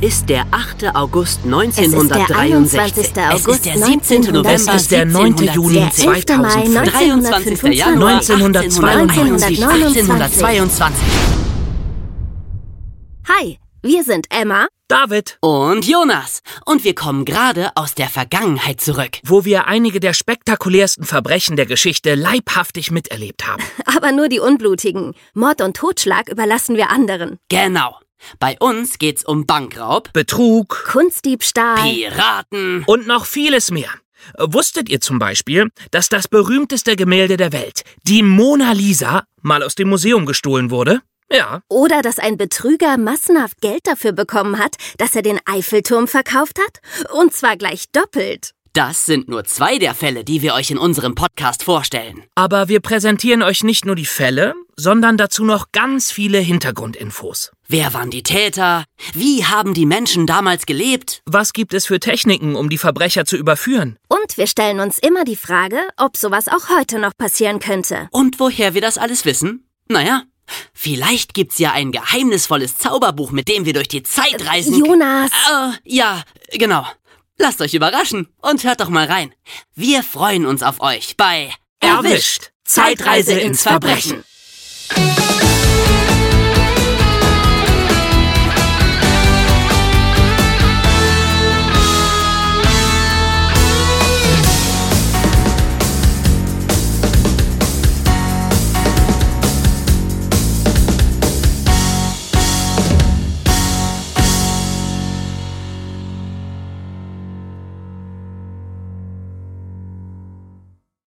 ist der 8. August Es 1963. ist der 21. Es ist der August 17. November, es ist der 9. Juli Der 11. Mai 2000, 23. 1925, Januar 1992, 1922. 1822 Hi, wir sind Emma. David, und Jonas. Und wir kommen gerade aus der Vergangenheit zurück. wo wir einige der spektakulärsten Verbrechen der Geschichte leibhaftig miterlebt haben. Aber nur die Unblutigen. Mord und Totschlag überlassen wir anderen. Genau. Bei uns geht's um Bankraub, Betrug Kunstdiebstahl. Piraten. und noch vieles mehr. Wusstet ihr zum Beispiel, dass das berühmteste Gemälde der Welt, die Mona Lisa, mal aus dem Museum gestohlen wurde? Ja, Oder dass ein Betrüger massenhaft Geld dafür bekommen hat, dass er den Eiffelturm verkauft hat? Und zwar gleich doppelt. Das sind nur zwei der Fälle, die wir euch in unserem Podcast vorstellen. aber wir präsentieren euch nicht nur die Fälle, sondern dazu noch ganz viele Hintergrundinfos. Wer waren die Täter? Wie haben die Menschen damals gelebt? Was gibt es für Techniken, um die Verbrecher zu überführen? Und wir stellen uns immer die Frage, ob sowas auch heute noch passieren könnte. Und woher wir das alles wissen? Naja, vielleicht gibt's ja ein geheimnisvolles Zauberbuch, mit dem wir durch die Zeit reisen. Jonas, Äh, ja, genau. Lasst euch überraschen und hört doch mal rein. Wir freuen uns auf euch bei Erwischt! Zeitreise ins Verbrechen. Verbrechen.